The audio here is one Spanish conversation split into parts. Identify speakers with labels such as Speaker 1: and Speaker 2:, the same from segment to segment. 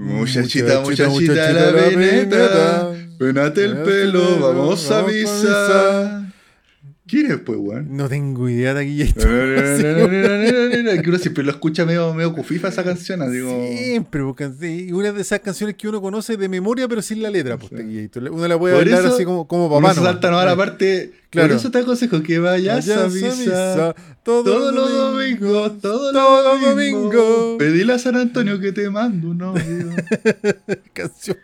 Speaker 1: Muchachita, muchachita, muchachita la veneta. Venate el pelo, vamos a misa. ¿Quién es, pues, weón?
Speaker 2: No tengo idea de aquí.
Speaker 1: No, no, no, no, Que uno siempre lo escucha medio, medio cufifa esa canción, así como-
Speaker 2: Siempre, porque sí, una de esas canciones que uno conoce de memoria, pero sin la letra. Pues,
Speaker 1: Sí.
Speaker 2: Taquillator. Uno la puede
Speaker 1: Por
Speaker 2: bailar
Speaker 1: eso,
Speaker 2: así como, como
Speaker 1: Uno
Speaker 2: papá.
Speaker 1: se
Speaker 2: nomás.
Speaker 1: salta nomás la parte.
Speaker 2: Claro.
Speaker 1: Por eso te aconsejo que vayas
Speaker 2: Vaya
Speaker 1: a misa.
Speaker 2: misa, todos
Speaker 1: Todos los
Speaker 2: domingos.
Speaker 1: domingos, todos
Speaker 2: Todos
Speaker 1: los
Speaker 2: los domingos.
Speaker 1: domingos. Pedile a San Antonio que te mando un novio.
Speaker 2: Canción.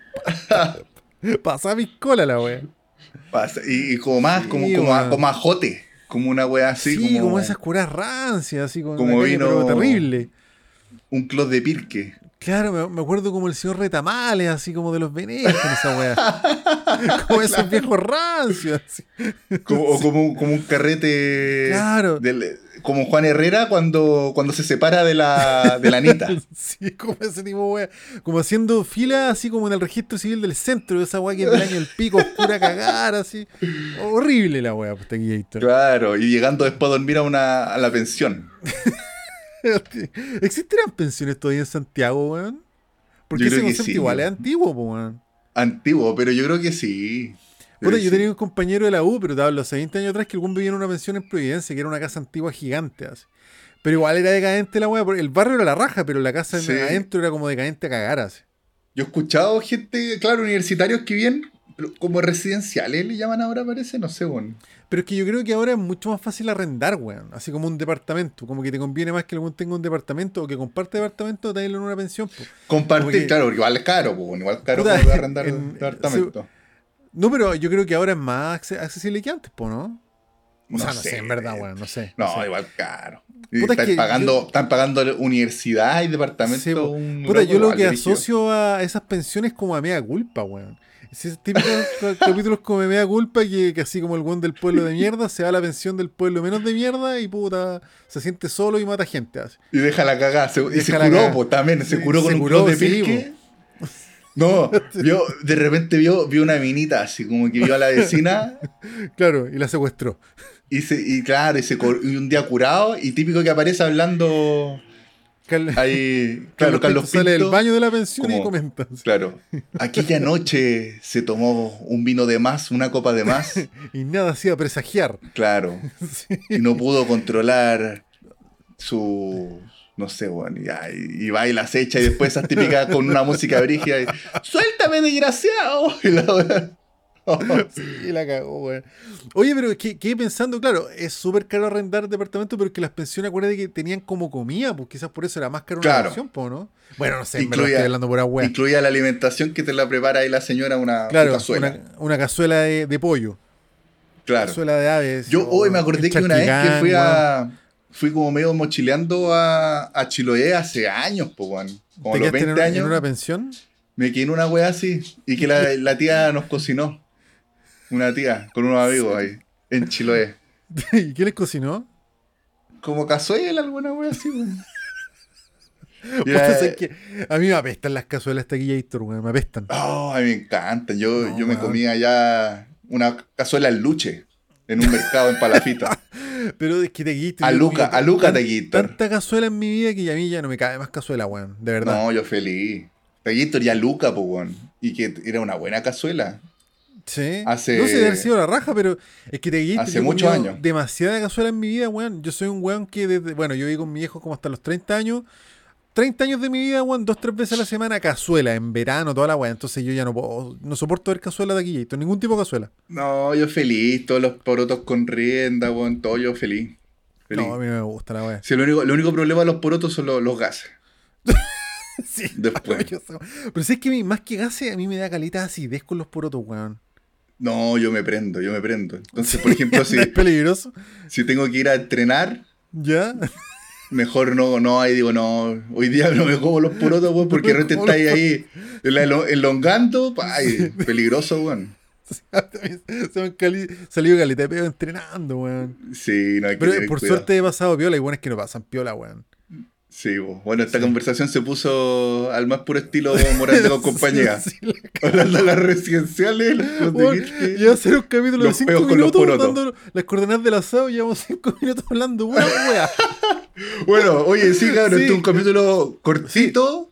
Speaker 2: Pasa piscola la wea.
Speaker 1: Pasa- y, y como más,
Speaker 2: Sí,
Speaker 1: como, como, a-
Speaker 2: weón.
Speaker 1: como ajote. Como una wea así.
Speaker 2: Sí, como, esas curas rancias, así con
Speaker 1: como
Speaker 2: una caña,
Speaker 1: vino-
Speaker 2: pero terrible.
Speaker 1: Un clos de pirque.
Speaker 2: Claro, me, me acuerdo como el señor Retamales, así como de los venecos, esa weá. como esos viejos rancios. así.
Speaker 1: Como, o como, como un carrete.
Speaker 2: Claro.
Speaker 1: del- como Juan Herrera cuando, cuando se separa de la, de la Anita.
Speaker 2: Sí, como ese tipo de weá. Como haciendo fila, así como en el registro civil del centro, esa weá que en el año del pico, oscura a cagar, así. Horrible la weá, pues, Taquillator.
Speaker 1: Claro, y llegando después a dormir a, una, a la pensión.
Speaker 2: ¿Existirán pensiones todavía en Santiago, weón? Porque
Speaker 1: Yo
Speaker 2: ese
Speaker 1: creo que
Speaker 2: concepto
Speaker 1: sí,
Speaker 2: igual es
Speaker 1: weón.
Speaker 2: antiguo, po, weón.
Speaker 1: Antiguo, pero yo creo que sí.
Speaker 2: Puta,
Speaker 1: Pero
Speaker 2: yo
Speaker 1: sí.
Speaker 2: tenía un compañero de la U, pero te hablo, hace 20 años atrás, que algún vivía en una pensión en Providencia, que era una casa antigua gigante, así. Pero igual era decadente la weá, porque el barrio era la raja, pero la casa en-
Speaker 1: Sí.
Speaker 2: adentro era como decadente a cagar, así.
Speaker 1: Yo he escuchado gente, claro, universitarios que vienen pero como residenciales, le llaman ahora, parece, no sé, bueno.
Speaker 2: Pero es que yo creo que ahora es mucho más fácil arrendar, weón. Así como un departamento. Como que te conviene más que algún tenga un departamento o que comparte departamento o tenerlo en una pensión. po.
Speaker 1: Compartir,
Speaker 2: Porque-
Speaker 1: claro, porque igual es caro, pues, bueno, igual caro
Speaker 2: Puta,
Speaker 1: como de arrendar
Speaker 2: en-
Speaker 1: un departamento.
Speaker 2: No, pero yo creo que ahora es más acce- accesible que antes, po, ¿no? O
Speaker 1: No
Speaker 2: sea, no sé,
Speaker 1: sé.
Speaker 2: en verdad, weón, no sé.
Speaker 1: No,
Speaker 2: sé.
Speaker 1: igual caro. Y
Speaker 2: Puta, es
Speaker 1: están,
Speaker 2: que
Speaker 1: pagando,
Speaker 2: yo-
Speaker 1: están pagando universidad y departamento.
Speaker 2: Sí, po.
Speaker 1: un
Speaker 2: Puta,
Speaker 1: loco
Speaker 2: yo lo
Speaker 1: igual,
Speaker 2: que
Speaker 1: brígido.
Speaker 2: asocio a esas pensiones como a media culpa, weón. Esos típicos ca- capítulos como de media culpa que, que así como el weón del pueblo de mierda se va a la pensión del pueblo menos de mierda y puta, se siente solo y mata gente. Así.
Speaker 1: Y deja la cagada. Se, y se
Speaker 2: Deja la
Speaker 1: curó,
Speaker 2: cagá.
Speaker 1: pues, también. Se
Speaker 2: Sí,
Speaker 1: curó con
Speaker 2: se
Speaker 1: un
Speaker 2: curó,
Speaker 1: club de
Speaker 2: sí,
Speaker 1: pirque. No, vio, de repente vio, vio una minita, así como que vio a la vecina. Y
Speaker 2: Claro, y la secuestró.
Speaker 1: Y, se, y claro, y, se cor- y un día curado. Y típico que aparece hablando
Speaker 2: Carl-
Speaker 1: ahí. Claro, Carlos Pinto.
Speaker 2: sale del baño de la pensión y
Speaker 1: como-
Speaker 2: comenta. así.
Speaker 1: Claro. Aquella noche se tomó un vino de más, una copa de más.
Speaker 2: Y nada hacía presagiar.
Speaker 1: Claro.
Speaker 2: Sí.
Speaker 1: y no pudo controlar su no sé, bueno, y, ya, y- y baila, se echa y después esas típicas con una música brígida y, ¡Suéltame, desgraciado! Y la wea-
Speaker 2: Sí, la cagó, weón. Oye, pero que quedé pensando, claro, es súper caro arrendar departamento, pero es que las pensiones, acuérdate que tenían como comida, pues quizás por eso era más caro una
Speaker 1: Claro.
Speaker 2: pensión, po, ¿no? Bueno, no sé, me
Speaker 1: Incluía-
Speaker 2: estoy hablando por agua.
Speaker 1: Incluía la alimentación que te la prepara ahí la señora una,
Speaker 2: Claro,
Speaker 1: una cazuela.
Speaker 2: una, una cazuela de, de pollo,
Speaker 1: claro.
Speaker 2: cazuela de aves.
Speaker 1: Yo hoy me acordé que una vez que fui a. Fui como medio mochileando a, a Chiloé hace años, po, weón. Como a
Speaker 2: ¿Te
Speaker 1: los
Speaker 2: quedaste
Speaker 1: 20
Speaker 2: en, una- en
Speaker 1: años.
Speaker 2: una pensión?
Speaker 1: Me quedé en una wea así y que la, la tía nos cocinó. Una tía con unos amigos ahí en Chiloé.
Speaker 2: ¿Y qué les cocinó?
Speaker 1: Como cazuela, alguna wea así, weón. Y
Speaker 2: Puta,
Speaker 1: era-
Speaker 2: ¿sabes qué? A mí me apestan las cazuelas taquillator, weón, me apestan.
Speaker 1: Oh, a mí me encanta. Yo,
Speaker 2: No,
Speaker 1: yo me
Speaker 2: weón.
Speaker 1: comía ya una cazuela al luche en un mercado en Palafita.
Speaker 2: Pero es que taquillator.
Speaker 1: A
Speaker 2: yo he
Speaker 1: Luca,
Speaker 2: comido
Speaker 1: a Luca
Speaker 2: tan-
Speaker 1: Taquillator.
Speaker 2: Tanta cazuela en mi vida que ya a mí ya no me cabe más cazuela, weón, de verdad.
Speaker 1: no, yo feliz. Peguito ya Luca, po, weón. Y que era una buena cazuela.
Speaker 2: Sí.
Speaker 1: Hace-
Speaker 2: No sé de haber sido la raja, pero es que te guilliste.
Speaker 1: Hace
Speaker 2: yo he
Speaker 1: muchos
Speaker 2: comido
Speaker 1: años.
Speaker 2: Demasiada cazuela en mi vida, weón. Yo soy un weón que desde. Bueno, yo viví con mi viejo como hasta los 30 años. 30 años de mi vida, weón, dos, tres veces a la semana, cazuela, en verano, toda la weón. Entonces yo ya no puedo, no soporto ver cazuela de guillito, ningún tipo de cazuela.
Speaker 1: No, yo feliz. Todos los porotos con rienda, weón. Todo yo feliz. Feliz.
Speaker 2: No, a mí no me gusta la weón.
Speaker 1: Sí, lo único, lo único problema de los porotos son lo- los gases.
Speaker 2: Sí.
Speaker 1: Después.
Speaker 2: Pero si es que a mí, más que gases, a mí me da calita de acidez con los porotos, weón.
Speaker 1: No, yo me prendo, yo me prendo. Entonces, por ejemplo, si,
Speaker 2: ¿Es peligroso?
Speaker 1: si tengo que ir a entrenar,
Speaker 2: ¿Ya?
Speaker 1: mejor no, no, ahí digo, no, hoy día no me como los porotos, weón, porque de repente estáis ahí elo- elongando, pa, ay, peligroso, weón.
Speaker 2: Se me han cali- salido calita de pedo entrenando, weón.
Speaker 1: Sí, no hay que
Speaker 2: Pero eh,
Speaker 1: tener
Speaker 2: por
Speaker 1: cuidado.
Speaker 2: suerte he pasado piola y bueno, es que no pasan piola, weón.
Speaker 1: Sí, bo. bueno, esta conversación se puso al más puro estilo moral de la compañía.
Speaker 2: Sí, la-
Speaker 1: Hablando de las residenciales, los de
Speaker 2: weón,
Speaker 1: Guilty.
Speaker 2: Lleva a ser un capítulo de
Speaker 1: Los
Speaker 2: 5
Speaker 1: feos con los
Speaker 2: minutos
Speaker 1: porotos.
Speaker 2: dando las coordenadas del asado y llevamos 5 minutos hablando, weón, weón.
Speaker 1: Bueno, oye, sí, cabrón,
Speaker 2: Sí.
Speaker 1: este es un capítulo cortito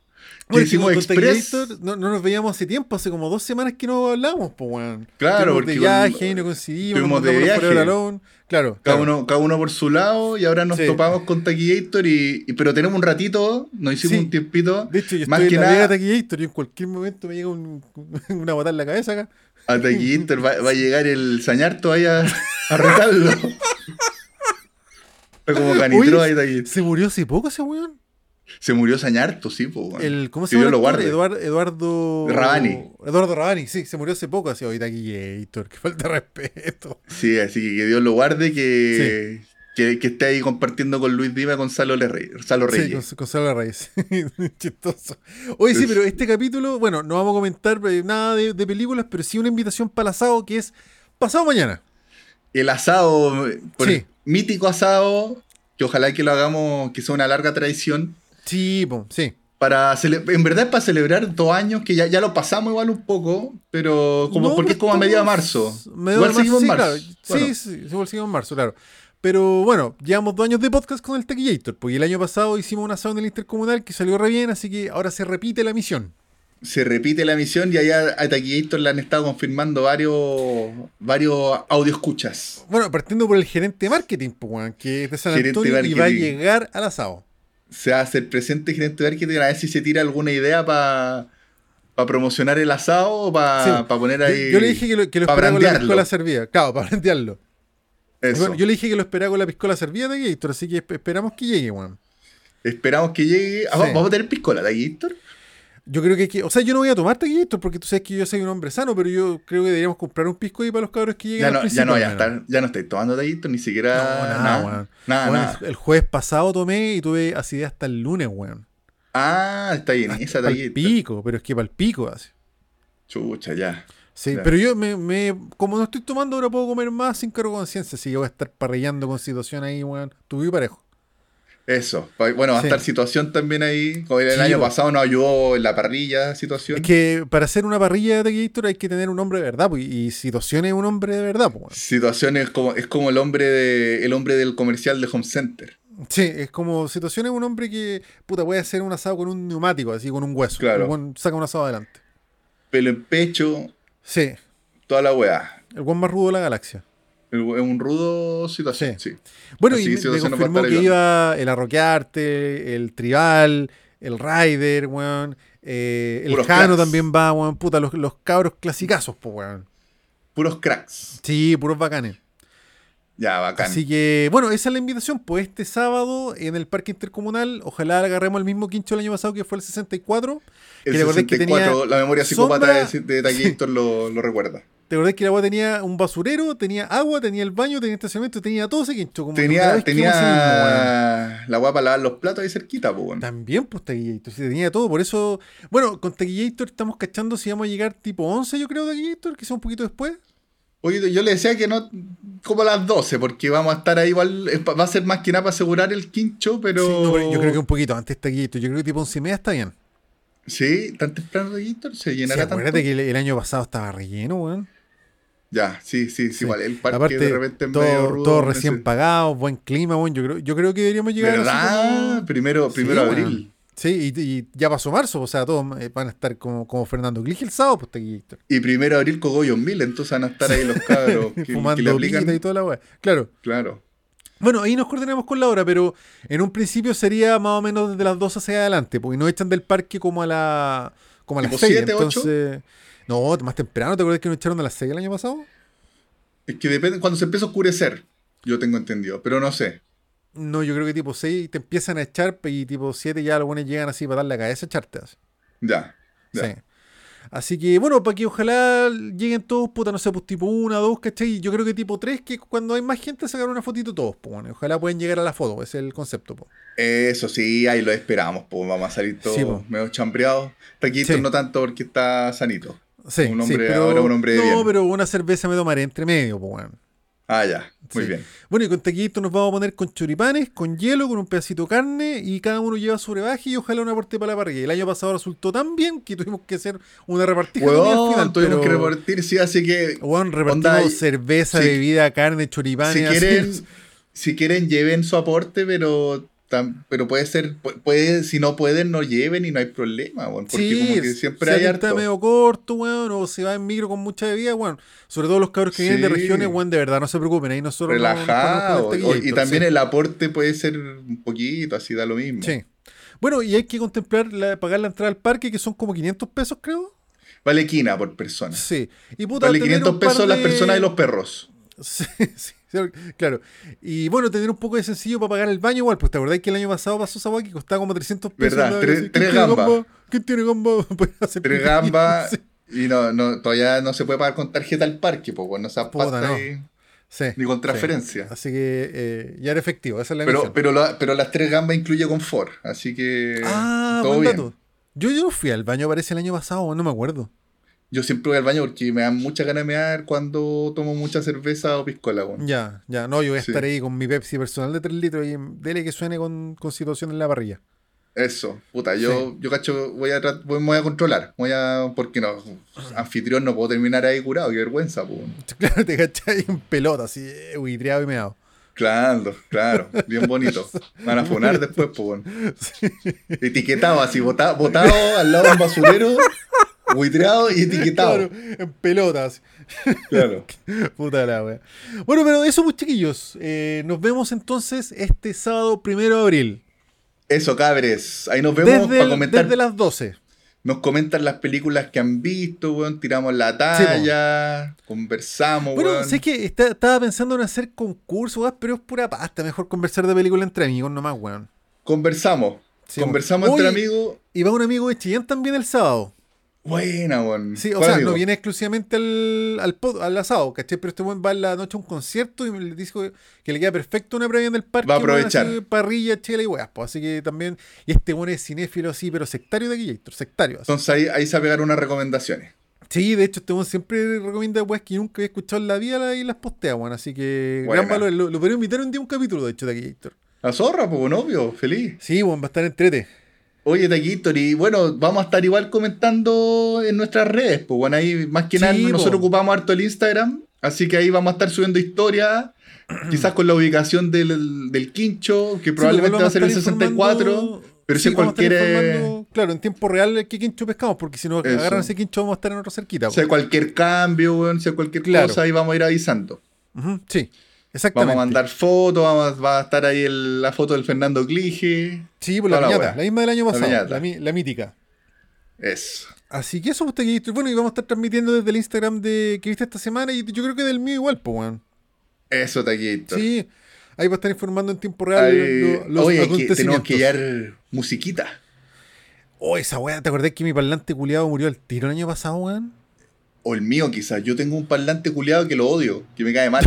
Speaker 2: Bueno,
Speaker 1: hicimos
Speaker 2: con
Speaker 1: Express.
Speaker 2: Tagliator no, no nos veíamos hace tiempo, hace como dos semanas que no hablamos, pues, weón.
Speaker 1: Claro,
Speaker 2: Estuvimos
Speaker 1: porque
Speaker 2: de
Speaker 1: con- eh,
Speaker 2: viaje, no coincidimos,
Speaker 1: estuvimos
Speaker 2: nos
Speaker 1: de
Speaker 2: mandamos los
Speaker 1: viaje.
Speaker 2: Forever Alone. Claro,
Speaker 1: Cada,
Speaker 2: claro.
Speaker 1: uno, cada uno por su lado y ahora nos
Speaker 2: Sí.
Speaker 1: topamos con Taquillator y, y- pero tenemos un ratito, nos hicimos
Speaker 2: Sí.
Speaker 1: un tiempito.
Speaker 2: De hecho, yo
Speaker 1: más
Speaker 2: estoy
Speaker 1: que
Speaker 2: en la vega
Speaker 1: nada
Speaker 2: de Taquillator y en cualquier momento me llega un- una botada en la cabeza acá.
Speaker 1: a Taquillator va, va a llegar el Sañarto ahí a, a retarlo. Fue como canitro
Speaker 2: Uy,
Speaker 1: ahí Taquillator.
Speaker 2: Se murió hace poco ese weón.
Speaker 1: Se murió Sañarto, sí, po, weón.
Speaker 2: El, ¿Cómo
Speaker 1: Que
Speaker 2: se llama?
Speaker 1: Dios lo
Speaker 2: el actor?
Speaker 1: guarde.
Speaker 2: Eduard- Eduardo
Speaker 1: Rabani.
Speaker 2: Eduardo Rabani, sí, se murió hace poco, así hoy Taquillator, que falta de respeto.
Speaker 1: Sí, así que que Dios lo guarde que, que, que esté ahí compartiendo con Luis Dima y Gonzalo, Le Rey- Gonzalo Reyes.
Speaker 2: Sí, con, con Sara Reyes. Chistoso. Oye, sí, pero este capítulo, bueno, no vamos a comentar eh, nada de, de películas, pero sí una invitación para el asado que es pasado mañana.
Speaker 1: El asado, por
Speaker 2: Sí.
Speaker 1: el mítico asado, que ojalá que lo hagamos, que sea una larga tradición.
Speaker 2: Sí, po, sí.
Speaker 1: Para cele- en verdad es para celebrar dos años que ya, ya lo pasamos igual un poco, pero como
Speaker 2: No,
Speaker 1: porque es como a
Speaker 2: estamos-
Speaker 1: mediados de marzo.
Speaker 2: mediados
Speaker 1: igual
Speaker 2: de marzo,
Speaker 1: seguimos en
Speaker 2: sí,
Speaker 1: marzo.
Speaker 2: claro.
Speaker 1: Bueno,
Speaker 2: Sí, sí, igual seguimos en marzo, claro. Pero bueno, llevamos dos años de podcast con el Tequillator, porque pues, el año pasado hicimos un asado en el Intercomunal que salió re bien, así que ahora se repite la misión.
Speaker 1: Se repite la misión y allá a Taquillator le han estado confirmando varios, varios audio escuchas.
Speaker 2: Bueno, partiendo por el gerente de marketing, pues, weón, que es de San
Speaker 1: Gerente
Speaker 2: Antonio y va a
Speaker 1: marketing.
Speaker 2: llegar al asado.
Speaker 1: Se hace el presente gerente de marketing a ver si se tira alguna idea para promocionar el asado o para
Speaker 2: Sí.
Speaker 1: poner
Speaker 2: Yo,
Speaker 1: ahí.
Speaker 2: yo le dije que lo, que lo
Speaker 1: pa'
Speaker 2: esperaba con la
Speaker 1: brandearlo.
Speaker 2: piscola servida. Claro, para plantearlo.
Speaker 1: Eso.
Speaker 2: yo le dije que lo esperaba con la piscola servida de Gator, así que esp- esperamos que llegue, weón.
Speaker 1: Esperamos que llegue. Ah,
Speaker 2: Sí.
Speaker 1: ¿Vamos a tener piscola, Taquillator?
Speaker 2: Yo creo que, hay que- o sea, yo no voy a tomar Tequillator porque tú sabes que yo soy un hombre sano, pero yo creo que deberíamos comprar un pisco ahí para los cabros que lleguen
Speaker 1: Ya
Speaker 2: al
Speaker 1: no, ya
Speaker 2: principio,
Speaker 1: no, ya,
Speaker 2: al menos.
Speaker 1: está, ya no estoy tomando Taquillator, ni siquiera.
Speaker 2: No, nada,
Speaker 1: nada,
Speaker 2: weón.
Speaker 1: nada,
Speaker 2: Weón,
Speaker 1: nada.
Speaker 2: el- El jueves pasado tomé y tuve acidez hasta el lunes, weón.
Speaker 1: Ah, está bien, esa
Speaker 2: Al
Speaker 1: taquita.
Speaker 2: pico, pero es que para el pico hace.
Speaker 1: Chucha, ya.
Speaker 2: Sí,
Speaker 1: Claro.
Speaker 2: pero yo me, me- como no estoy tomando, ahora puedo comer más sin cargo de conciencia. Así que voy a estar parrillando con situación ahí, weón. Tuve y parejo.
Speaker 1: Eso. Pa- Bueno, va a
Speaker 2: Sí.
Speaker 1: estar situación también ahí. Como el
Speaker 2: Sí,
Speaker 1: año
Speaker 2: po.
Speaker 1: pasado nos ayudó en la parrilla, situación.
Speaker 2: Es que para hacer una parrilla de Tequillator hay que tener un hombre de verdad, pues, y situación es un hombre de verdad, pues. weón.
Speaker 1: Situación es como, es como el hombre de, el hombre del comercial de Home Center.
Speaker 2: Sí, es como situación es un hombre que, puta, puede hacer un asado con un neumático, así, con un hueso.
Speaker 1: Claro.
Speaker 2: El weón saca un asado adelante.
Speaker 1: Pelo en pecho,
Speaker 2: Sí,
Speaker 1: toda la weá.
Speaker 2: el buen más rudo de la galaxia.
Speaker 1: El we- Es un rudo situación, sí.
Speaker 2: Bueno,
Speaker 1: Así
Speaker 2: y me,
Speaker 1: sí,
Speaker 2: me
Speaker 1: o sea, no va a
Speaker 2: confirmó
Speaker 1: estar
Speaker 2: que
Speaker 1: el
Speaker 2: iba el arroquearte, el tribal, el rider, weón. eh, el
Speaker 1: Puros
Speaker 2: Jano
Speaker 1: cracks.
Speaker 2: también va, weón. Puta, los, los cabros clasicazos, pues, weón.
Speaker 1: Puros cracks.
Speaker 2: Sí, puros bacanes.
Speaker 1: Ya, bacán.
Speaker 2: Así que, bueno, esa es la invitación. Pues este sábado en el Parque Intercomunal, ojalá agarremos el mismo quincho del año pasado que fue el 64.
Speaker 1: el
Speaker 2: que recordé que
Speaker 1: 64, la memoria
Speaker 2: sombra-
Speaker 1: psicópata de, de Taquillator lo, lo recuerda.
Speaker 2: ¿Te acordás que la agua tenía un basurero, tenía agua, tenía el baño, tenía estacionamiento, tenía todo ese quincho? Como que cada
Speaker 1: Tenía,
Speaker 2: vez que íbamos a ese mismo, weón.
Speaker 1: tenía la weá para lavar los platos ahí cerquita, po, weón.
Speaker 2: También, pues Taquillator, sí, tenía todo. Por eso, bueno, con Taquillator estamos cachando si vamos a llegar tipo 11, yo creo, Taquillator, quizá un poquito después.
Speaker 1: Oye, yo le decía que no, como a las 12, porque vamos a estar ahí igual, eh, pa- va a ser más que nada para asegurar el quincho, pero...
Speaker 2: Sí, no, pero yo creo que un poquito antes Taquillator, yo creo que tipo 11 y media está bien.
Speaker 1: Sí, tan temprano, Taquillator, se
Speaker 2: Sí,
Speaker 1: llenará tanto.
Speaker 2: acuérdate que el, el año pasado estaba relleno, weón.
Speaker 1: Ya, sí, sí, sí, igual, el parque
Speaker 2: Aparte,
Speaker 1: de repente es
Speaker 2: todo,
Speaker 1: medio rudo.
Speaker 2: todo
Speaker 1: entonces-
Speaker 2: recién pagado, buen clima, weón. Yo creo, yo creo que deberíamos llegar así
Speaker 1: ¿Verdad?
Speaker 2: como-
Speaker 1: Primero, primero
Speaker 2: Sí,
Speaker 1: abril.
Speaker 2: weón. Sí, y, y ya pasó marzo, o sea, todos eh, van a estar como, como Fernando Glige el sábado, pues Taquillator.
Speaker 1: Y primero abril cogollos mil, entonces van a estar ahí los cabros que, que le
Speaker 2: Fumando
Speaker 1: aplican.
Speaker 2: pita y toda la weá. Claro.
Speaker 1: Claro.
Speaker 2: Bueno, ahí nos coordinamos con la hora, pero en un principio sería más o menos desde las 12 hacia adelante, porque nos echan del parque como a la como a las
Speaker 1: ¿Tipo
Speaker 2: 6,
Speaker 1: siete, ocho?
Speaker 2: entonces no, más temprano, ¿te acuerdas que nos echaron a las 6 el año pasado?
Speaker 1: Es que depende, cuando se empieza a oscurecer, yo tengo entendido, pero no sé.
Speaker 2: No, yo creo que tipo 6 te empiezan a echar y tipo 7 ya los buenos llegan así para dar la cabeza a echarte. así.
Speaker 1: Ya, ya.
Speaker 2: Sí. Así que bueno, para que ojalá lleguen todos, puta, no sé, pues tipo una, dos, ¿cachai? Yo creo que tipo tres, que cuando hay más gente sacar una fotito todos, pues bueno, ojalá puedan llegar a la foto, ese es el concepto, pues.
Speaker 1: Eso sí, ahí lo esperamos, pues vamos a salir todos
Speaker 2: Sí, po.
Speaker 1: medio chambreados. Taquito
Speaker 2: Sí.
Speaker 1: no tanto porque está sanito.
Speaker 2: Sí,
Speaker 1: Un
Speaker 2: sí,
Speaker 1: hombre-
Speaker 2: pero,
Speaker 1: ahora un hombre de
Speaker 2: No,
Speaker 1: bien.
Speaker 2: pero una cerveza me tomaré entre medio, pues bueno.
Speaker 1: Ah, ya, muy
Speaker 2: Sí.
Speaker 1: bien.
Speaker 2: Bueno, y con taquillito nos vamos a poner con choripanes, con hielo, con un pedacito de carne y cada uno lleva su rebaje y ojalá una aporte para la parrilla. El año pasado resultó tan bien que tuvimos que hacer una repartija de comida al
Speaker 1: Huevón,
Speaker 2: final,
Speaker 1: tuvimos
Speaker 2: pero,
Speaker 1: que repartir, sí, así que
Speaker 2: Weón, repartimos
Speaker 1: Onda, y-
Speaker 2: cerveza,
Speaker 1: si-
Speaker 2: bebida, carne, choripanes.
Speaker 1: si
Speaker 2: así-
Speaker 1: quieren, si quieren lleven su aporte, pero tam- pero puede ser, pu- puede, si no pueden, no lleven y no hay problema, weón, porque
Speaker 2: sí,
Speaker 1: como que siempre
Speaker 2: si
Speaker 1: hay
Speaker 2: alguien está
Speaker 1: harto.
Speaker 2: medio corto, weón, o si va en micro con mucha bebida, weón. Sobre todo los cabros que vienen de
Speaker 1: Sí.
Speaker 2: regiones, weón, de verdad, no se preocupen, ahí nosotros no- no nos
Speaker 1: relajado.
Speaker 2: ponemos con el
Speaker 1: o- y
Speaker 2: taquillito,
Speaker 1: también
Speaker 2: sí.
Speaker 1: el aporte puede ser un poquito, así da lo mismo.
Speaker 2: Sí. Bueno, y hay que contemplar la- pagar la entrada al parque, que son como 500 pesos, creo.
Speaker 1: Vale quina por persona.
Speaker 2: Sí. Y puta,
Speaker 1: Vale
Speaker 2: tener
Speaker 1: 500
Speaker 2: un par
Speaker 1: pesos las
Speaker 2: de-
Speaker 1: personas y los perros.
Speaker 2: Sí, sí, sí, claro. Y bueno, tener un poco de sencillo para pagar el baño igual. Pues te acordáis que el año pasado pasó esa guay que costaba como 300 pesos.
Speaker 1: Verdad,
Speaker 2: ¿no?
Speaker 1: tres-
Speaker 2: Así, ¿quién
Speaker 1: tres
Speaker 2: tiene
Speaker 1: gambas.
Speaker 2: gamba? ¿Quién tiene Pues, gamba? para hacer
Speaker 1: Tres
Speaker 2: pipí?
Speaker 1: gambas
Speaker 2: Sí,
Speaker 1: y no, no, todavía no se puede pagar con tarjeta al parque, pues bueno, esas
Speaker 2: Puta,
Speaker 1: pastas
Speaker 2: no.
Speaker 1: ahí,
Speaker 2: sí,
Speaker 1: ni con
Speaker 2: sí.
Speaker 1: transferencia.
Speaker 2: Así que eh, ya era efectivo, esa es la
Speaker 1: Pero,
Speaker 2: misión.
Speaker 1: pero, la- pero las tres gambas incluye confort, así que
Speaker 2: ah,
Speaker 1: eh, todo
Speaker 2: buen
Speaker 1: bien.
Speaker 2: dato. Yo, yo no fui al baño, parece el año pasado, no me acuerdo.
Speaker 1: Yo siempre voy al baño porque me dan mucha ganas de mear cuando tomo mucha cerveza o piscola, weón.
Speaker 2: Ya, ya, no, yo voy a
Speaker 1: Sí.
Speaker 2: estar ahí con mi Pepsi personal de 3 litros y dele que suene con, con situación en la parrilla.
Speaker 1: Eso, puta, yo, yo cacho, voy a, tra- voy, me voy a controlar, voy a, porque no, anfitrión no puedo terminar ahí curado, qué vergüenza, pues.
Speaker 2: Claro, te cachai en pelota, así, eh, huitreado y meado.
Speaker 1: Claro, claro, bien bonito. Van a funar después, pues, weón. Etiquetado, así, bota- botado al lado de un basurero, buitreado y
Speaker 2: Claro,
Speaker 1: etiquetado.
Speaker 2: en pelotas.
Speaker 1: Claro.
Speaker 2: Puta la wea. Bueno, pero eso, pues chiquillos. Eh, nos vemos entonces este sábado primero de abril.
Speaker 1: Eso, cabres. Ahí nos vemos
Speaker 2: Desde,
Speaker 1: para
Speaker 2: el-
Speaker 1: comentar.
Speaker 2: desde las 12.
Speaker 1: Nos comentan las películas que han visto, weón. Tiramos la
Speaker 2: Sí, po.
Speaker 1: talla, conversamos,
Speaker 2: Bueno,
Speaker 1: Oh, weón.
Speaker 2: sé que está- estaba pensando en hacer concursos, weá, pero es pura pasta. Mejor conversar de película entre amigos nomás, weón.
Speaker 1: Conversamos.
Speaker 2: Sí,
Speaker 1: conversamos
Speaker 2: weón.
Speaker 1: entre
Speaker 2: Oye,
Speaker 1: amigos.
Speaker 2: Y va un amigo de Chillán también el sábado.
Speaker 1: Buena, weón.
Speaker 2: Sí, o
Speaker 1: ¿Cuál
Speaker 2: sea,
Speaker 1: amigo?
Speaker 2: no viene exclusivamente al, al, pod- al asado, ¿cachai? Pero este buen va en la noche a un concierto y le dijo que le queda perfecto una previa en el parque.
Speaker 1: Va a
Speaker 2: weón,
Speaker 1: aprovechar.
Speaker 2: así, parrilla, chela y weas, po. Así que también. Y este buen es cinéfilo, sí, pero sectario de Guillator, sectario. así.
Speaker 1: Entonces ahí, ahí se va a pegar unas recomendaciones.
Speaker 2: Sí, de hecho, este weón siempre recomienda weas que yo nunca había escuchado en la vida la- y las postea, weón. Así que
Speaker 1: Buena.
Speaker 2: gran valor. Lo, lo podría invitar un día a un capítulo, de hecho, de Guillator.
Speaker 1: La zorra, pues, weón, obvio, feliz.
Speaker 2: Sí, weón, va a estar entrete.
Speaker 1: Oye, Taquito, y bueno, vamos a estar igual comentando en nuestras redes, pues bueno, ahí más que
Speaker 2: Sí,
Speaker 1: nada nosotros
Speaker 2: po.
Speaker 1: ocupamos harto el Instagram, así que ahí vamos a estar subiendo historias, quizás con la ubicación del, del quincho, que
Speaker 2: Sí,
Speaker 1: probablemente
Speaker 2: pues
Speaker 1: va a ser el
Speaker 2: vamos estar
Speaker 1: 64,
Speaker 2: informando-
Speaker 1: pero
Speaker 2: sí,
Speaker 1: si
Speaker 2: vamos a estar
Speaker 1: cualquier, eh,
Speaker 2: informando, Claro, en tiempo real qué quincho pescamos, porque si no
Speaker 1: Eso.
Speaker 2: agarran ese quincho vamos a estar en otro cerquita.
Speaker 1: sea
Speaker 2: weón.
Speaker 1: cualquier cambio, weón, sea cualquier
Speaker 2: Claro.
Speaker 1: cosa, ahí vamos a ir avisando.
Speaker 2: Ujú, sí,
Speaker 1: Vamos
Speaker 2: exactamente.
Speaker 1: a mandar fotos, vamos a- va a estar ahí el- la foto del Fernando Clige.
Speaker 2: Sí, por la,
Speaker 1: toda la
Speaker 2: piñata,
Speaker 1: wea.
Speaker 2: la misma del año
Speaker 1: La
Speaker 2: pasado, la,
Speaker 1: piñata.
Speaker 2: mi- la mítica.
Speaker 1: Eso.
Speaker 2: Así que eso, usted que viste. Bueno, y vamos a estar transmitiendo desde el Instagram de que viste esta semana y yo creo que del mío igual, pues, weón.
Speaker 1: Eso, Taquito.
Speaker 2: Sí, ahí va a estar informando en tiempo real
Speaker 1: Ahí-
Speaker 2: lo- los
Speaker 1: oye, que
Speaker 2: acontecimientos.
Speaker 1: tenemos que hallar musiquita.
Speaker 2: Oh, esa weá, ¿te acordás que mi parlante culiado murió al tiro el año pasado, weón?
Speaker 1: O el mío, quizás. Yo tengo un parlante culiado que lo odio, que me cae mal.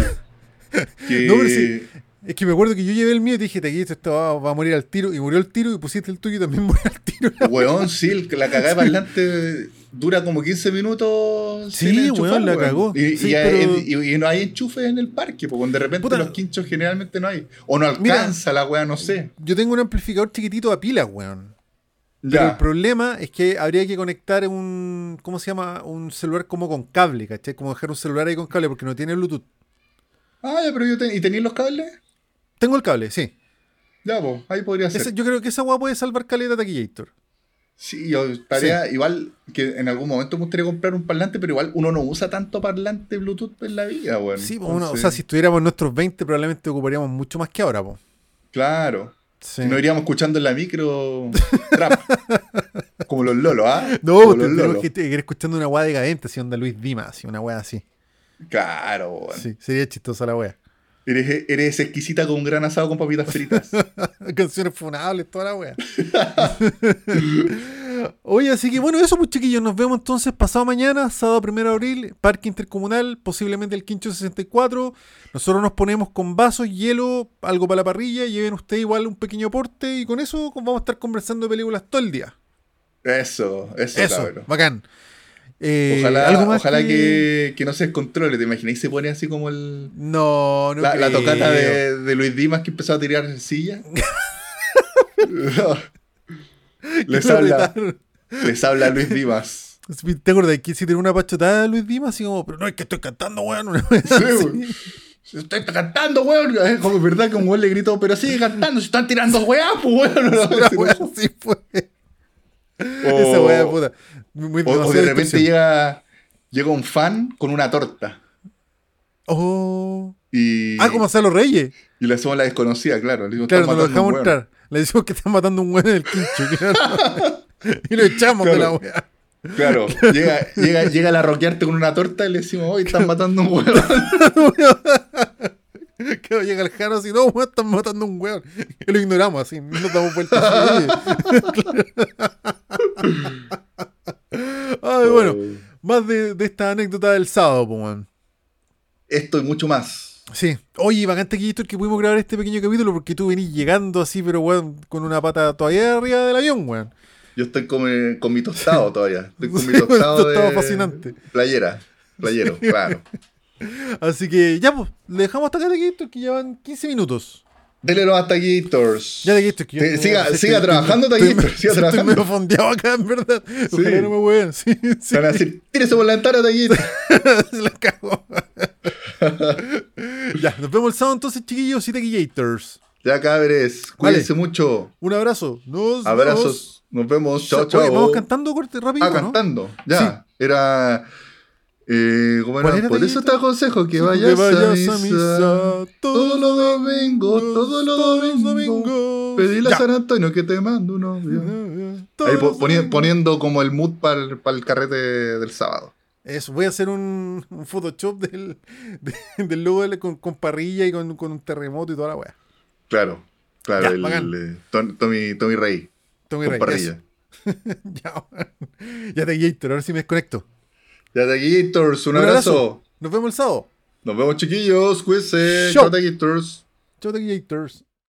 Speaker 1: Que-
Speaker 2: No, pero sí. Es que me acuerdo que yo llevé el mío y te dije, te quito, esto va, va a morir al tiro, y murió al tiro, y pusiste el tuyo y también murió al tiro.
Speaker 1: Weón, sí, el- la cagada de parlante dura como 15 minutos.
Speaker 2: Sí,
Speaker 1: sin enchufar,
Speaker 2: weón, la cagó.
Speaker 1: Y, y
Speaker 2: Sí,
Speaker 1: ya-
Speaker 2: pero-
Speaker 1: y- y no hay enchufes en el parque, porque de repente
Speaker 2: Puta.
Speaker 1: los quinchos generalmente no hay. O no
Speaker 2: Mira.
Speaker 1: alcanza la weá, no sé.
Speaker 2: Yo tengo un amplificador chiquitito a pilas, weón. Pero el
Speaker 1: Ya.
Speaker 2: problema es que habría que conectar un, ¿cómo se llama? Un celular como con cable, ¿cachai? Como dejar un celular ahí con cable porque no tiene Bluetooth.
Speaker 1: Ah, ya, pero yo ten- ¿Y tenéis los cables?
Speaker 2: Tengo el cable, sí.
Speaker 1: Ya, pues, ahí podría ser.
Speaker 2: Ese- yo creo que esa weá puede salvar caleta Taquillator.
Speaker 1: Sí, yo estaría igual que en algún momento me gustaría comprar un parlante, pero igual uno no usa tanto parlante Bluetooth en la vida, weón.
Speaker 2: Sí, pues, uno- o
Speaker 1: Entonces,
Speaker 2: sea, si estuviéramos en nuestros 20 probablemente ocuparíamos mucho más que ahora, po.
Speaker 1: Claro.
Speaker 2: Sí.
Speaker 1: Si no iríamos escuchando en la micro trap. Como los lolos, ¿ah?
Speaker 2: No,
Speaker 1: Como
Speaker 2: pues,
Speaker 1: los
Speaker 2: tendríamos
Speaker 1: lolos.
Speaker 2: que ir escuchando una weá decadente, así onda Luis Dimas, así una weá así.
Speaker 1: Claro, weón.
Speaker 2: Sí, sería chistosa la weá.
Speaker 1: Eres, eres exquisita con un gran asado con papitas fritas.
Speaker 2: Canciones funables, toda la wea. Oye, así que bueno, eso pues chiquillos, nos vemos entonces pasado mañana, sábado 1 de abril, Parque Intercomunal, posiblemente el Quincho 64. Nosotros nos ponemos con vasos, hielo, algo para la parrilla, lleven ustedes igual un pequeño aporte y con eso vamos a estar conversando de películas todo el día.
Speaker 1: Eso, eso,
Speaker 2: Eso,
Speaker 1: cabrón.
Speaker 2: bacán. Eh,
Speaker 1: Ojalá,
Speaker 2: ¿algo más
Speaker 1: ojalá que... Que, no se descontrole, ¿te imaginas? Y se pone así como el,
Speaker 2: No, no
Speaker 1: la, la
Speaker 2: creo.
Speaker 1: tocata de, de Luis Dimas que empezó a tirar sillas. No. les,
Speaker 2: Lo
Speaker 1: habla,
Speaker 2: retaron.
Speaker 1: les habla Luis Dimas.
Speaker 2: ¿Te acuerdas que si tiene una pachotada de Luis Dimas? Así como, pero no es que estoy cantando, weón. una vez
Speaker 1: Sí,
Speaker 2: así.
Speaker 1: weón. Si usted está cantando, weón. Es como verdad que un weón le gritó, pero sigue cantando. Si están tirando weá, pues weón.
Speaker 2: Una wea así fue. Esa
Speaker 1: O-
Speaker 2: wea puta. Muy
Speaker 1: O, o
Speaker 2: demasiado
Speaker 1: de repente
Speaker 2: descripción.
Speaker 1: llega, llega un fan con una torta.
Speaker 2: Oh.
Speaker 1: Y,
Speaker 2: Ah, como a los reyes.
Speaker 1: y le hacemos la desconocida, claro. Le digo,
Speaker 2: Claro,
Speaker 1: "Están
Speaker 2: no lo
Speaker 1: matando a
Speaker 2: dejamos
Speaker 1: un weón".
Speaker 2: entrar. Le decimos que están matando un weón en el quincho. claro. y lo echamos de la
Speaker 1: Claro.
Speaker 2: wea.
Speaker 1: Claro, llega, llega, llega a roquearte con una torta y le decimos, hoy están matando a un weón.
Speaker 2: Que llega el Jaro así, no, weón, están matando a un weón. Y lo ignoramos así, no nos damos vuelta. así, oye. Ay,
Speaker 1: Oh.
Speaker 2: bueno, más de, de esta anécdota del sábado, pues, weón.
Speaker 1: Esto y mucho más.
Speaker 2: Sí. Oye, bacante que que pudimos grabar este pequeño capítulo porque tú venís llegando así, pero weón, con una pata todavía arriba del avión, weón.
Speaker 1: Yo estoy con, mi- con mi tostado todavía. Estoy con mi
Speaker 2: Sí, un
Speaker 1: tostado,
Speaker 2: tostado
Speaker 1: de-
Speaker 2: fascinante.
Speaker 1: Playera. Playero, claro.
Speaker 2: Así que ya, pues, le dejamos hasta acá de Gator que llevan 15 minutos.
Speaker 1: Dele los hasta Gators.
Speaker 2: Ya de Gator que yo-
Speaker 1: Te- siga-
Speaker 2: sí,
Speaker 1: siga
Speaker 2: estoy-
Speaker 1: trabajando,
Speaker 2: este estoy-
Speaker 1: Taquito,
Speaker 2: estoy-
Speaker 1: siga
Speaker 2: estoy
Speaker 1: trabajando.
Speaker 2: medio fondeado acá, en verdad. Ojalá no me weón. Sí, sí.
Speaker 1: Te van a decir, tírese por la ventana, Taquito.
Speaker 2: Se la cagó. ya, nos vemos el sábado entonces, chiquillos y taquillators.
Speaker 1: Ya cabres, cuídense mucho.
Speaker 2: Un abrazo. Nos
Speaker 1: Abrazos. Nos vemos.
Speaker 2: vemos.
Speaker 1: Chao,
Speaker 2: Oye,
Speaker 1: chao.
Speaker 2: Vamos cantando corte rápido,
Speaker 1: Ah,
Speaker 2: ¿no?
Speaker 1: cantando. Ya. Era. Eh, ¿cómo era?
Speaker 2: ¿Cuál era,
Speaker 1: Por eso
Speaker 2: Taquito?
Speaker 1: te aconsejo que
Speaker 2: Que
Speaker 1: vayas, a, misa,
Speaker 2: todos
Speaker 1: Todos los domingos, todos los domingos.
Speaker 2: domingos.
Speaker 1: Pedile a
Speaker 2: Ya.
Speaker 1: San Antonio que te mando uno.
Speaker 2: Todos
Speaker 1: Ahí po-
Speaker 2: los
Speaker 1: poni-
Speaker 2: domingos.
Speaker 1: poniendo como el mood para el, carrete del sábado.
Speaker 2: Eso, voy a hacer un, un Photoshop del, de- del logo del- con, con parrilla y con, con un terremoto y toda la wea.
Speaker 1: Claro, claro.
Speaker 2: Ya,
Speaker 1: el,
Speaker 2: bacán.
Speaker 1: eh, Tom- Tommy, Tommy Rey.
Speaker 2: Tommy
Speaker 1: Con
Speaker 2: Rey,
Speaker 1: parrilla.
Speaker 2: eso. ya, weón. ya, Taquillator, ahora sí me desconecto.
Speaker 1: Ya, Taquillators, un, abrazo.
Speaker 2: Nos vemos el sábado.
Speaker 1: Nos vemos, chiquillos. Cuídense.
Speaker 2: Chao.
Speaker 1: Chao, Taquillators.
Speaker 2: Chau, Taquillators.